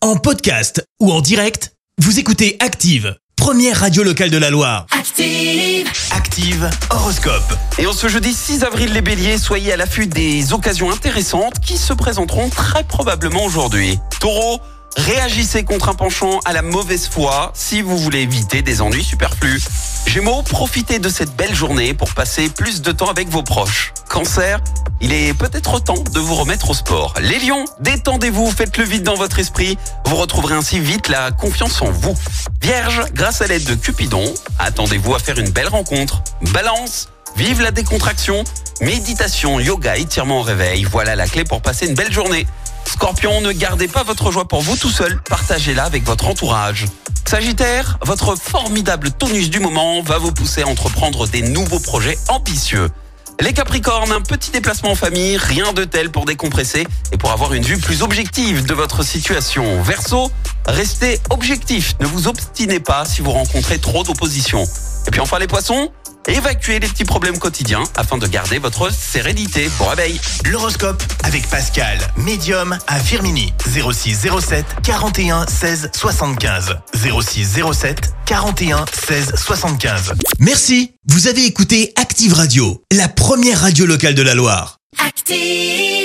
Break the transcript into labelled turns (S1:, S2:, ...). S1: En podcast ou en direct, vous écoutez Active, première radio locale de la Loire.
S2: Active.
S3: Active Horoscope. Et en ce jeudi 6 avril, les béliers, soyez à l'affût des occasions intéressantes qui se présenteront très probablement aujourd'hui. Taureau, réagissez contre un penchant à la mauvaise foi si vous voulez éviter des ennuis superflus. Gémeaux, profitez de cette belle journée pour passer plus de temps avec vos proches. Cancer, il est peut-être temps de vous remettre au sport. Les lions, détendez-vous, faites-le vite dans votre esprit. Vous retrouverez ainsi vite la confiance en vous. Vierge, grâce à l'aide de Cupidon, attendez-vous à faire une belle rencontre. Balance, vive la décontraction. Méditation, yoga, étirement au réveil, voilà la clé pour passer une belle journée. Scorpion, ne gardez pas votre joie pour vous tout seul, partagez-la avec votre entourage. Sagittaire, votre formidable tonus du moment va vous pousser à entreprendre des nouveaux projets ambitieux. Les Capricornes, un petit déplacement en famille, rien de tel pour décompresser et pour avoir une vue plus objective de votre situation. Verseau, restez objectif, ne vous obstinez pas si vous rencontrez trop d'opposition. Et puis enfin les Poissons, évacuez les petits problèmes quotidiens afin de garder votre sérénité. Bon réveil
S4: L'horoscope avec Pascal, médium à Firmini. 06 07 41 16 75. 06 07 41 16 75.
S1: Merci, vous avez écouté Active Radio, la première radio locale de la Loire.
S2: Active.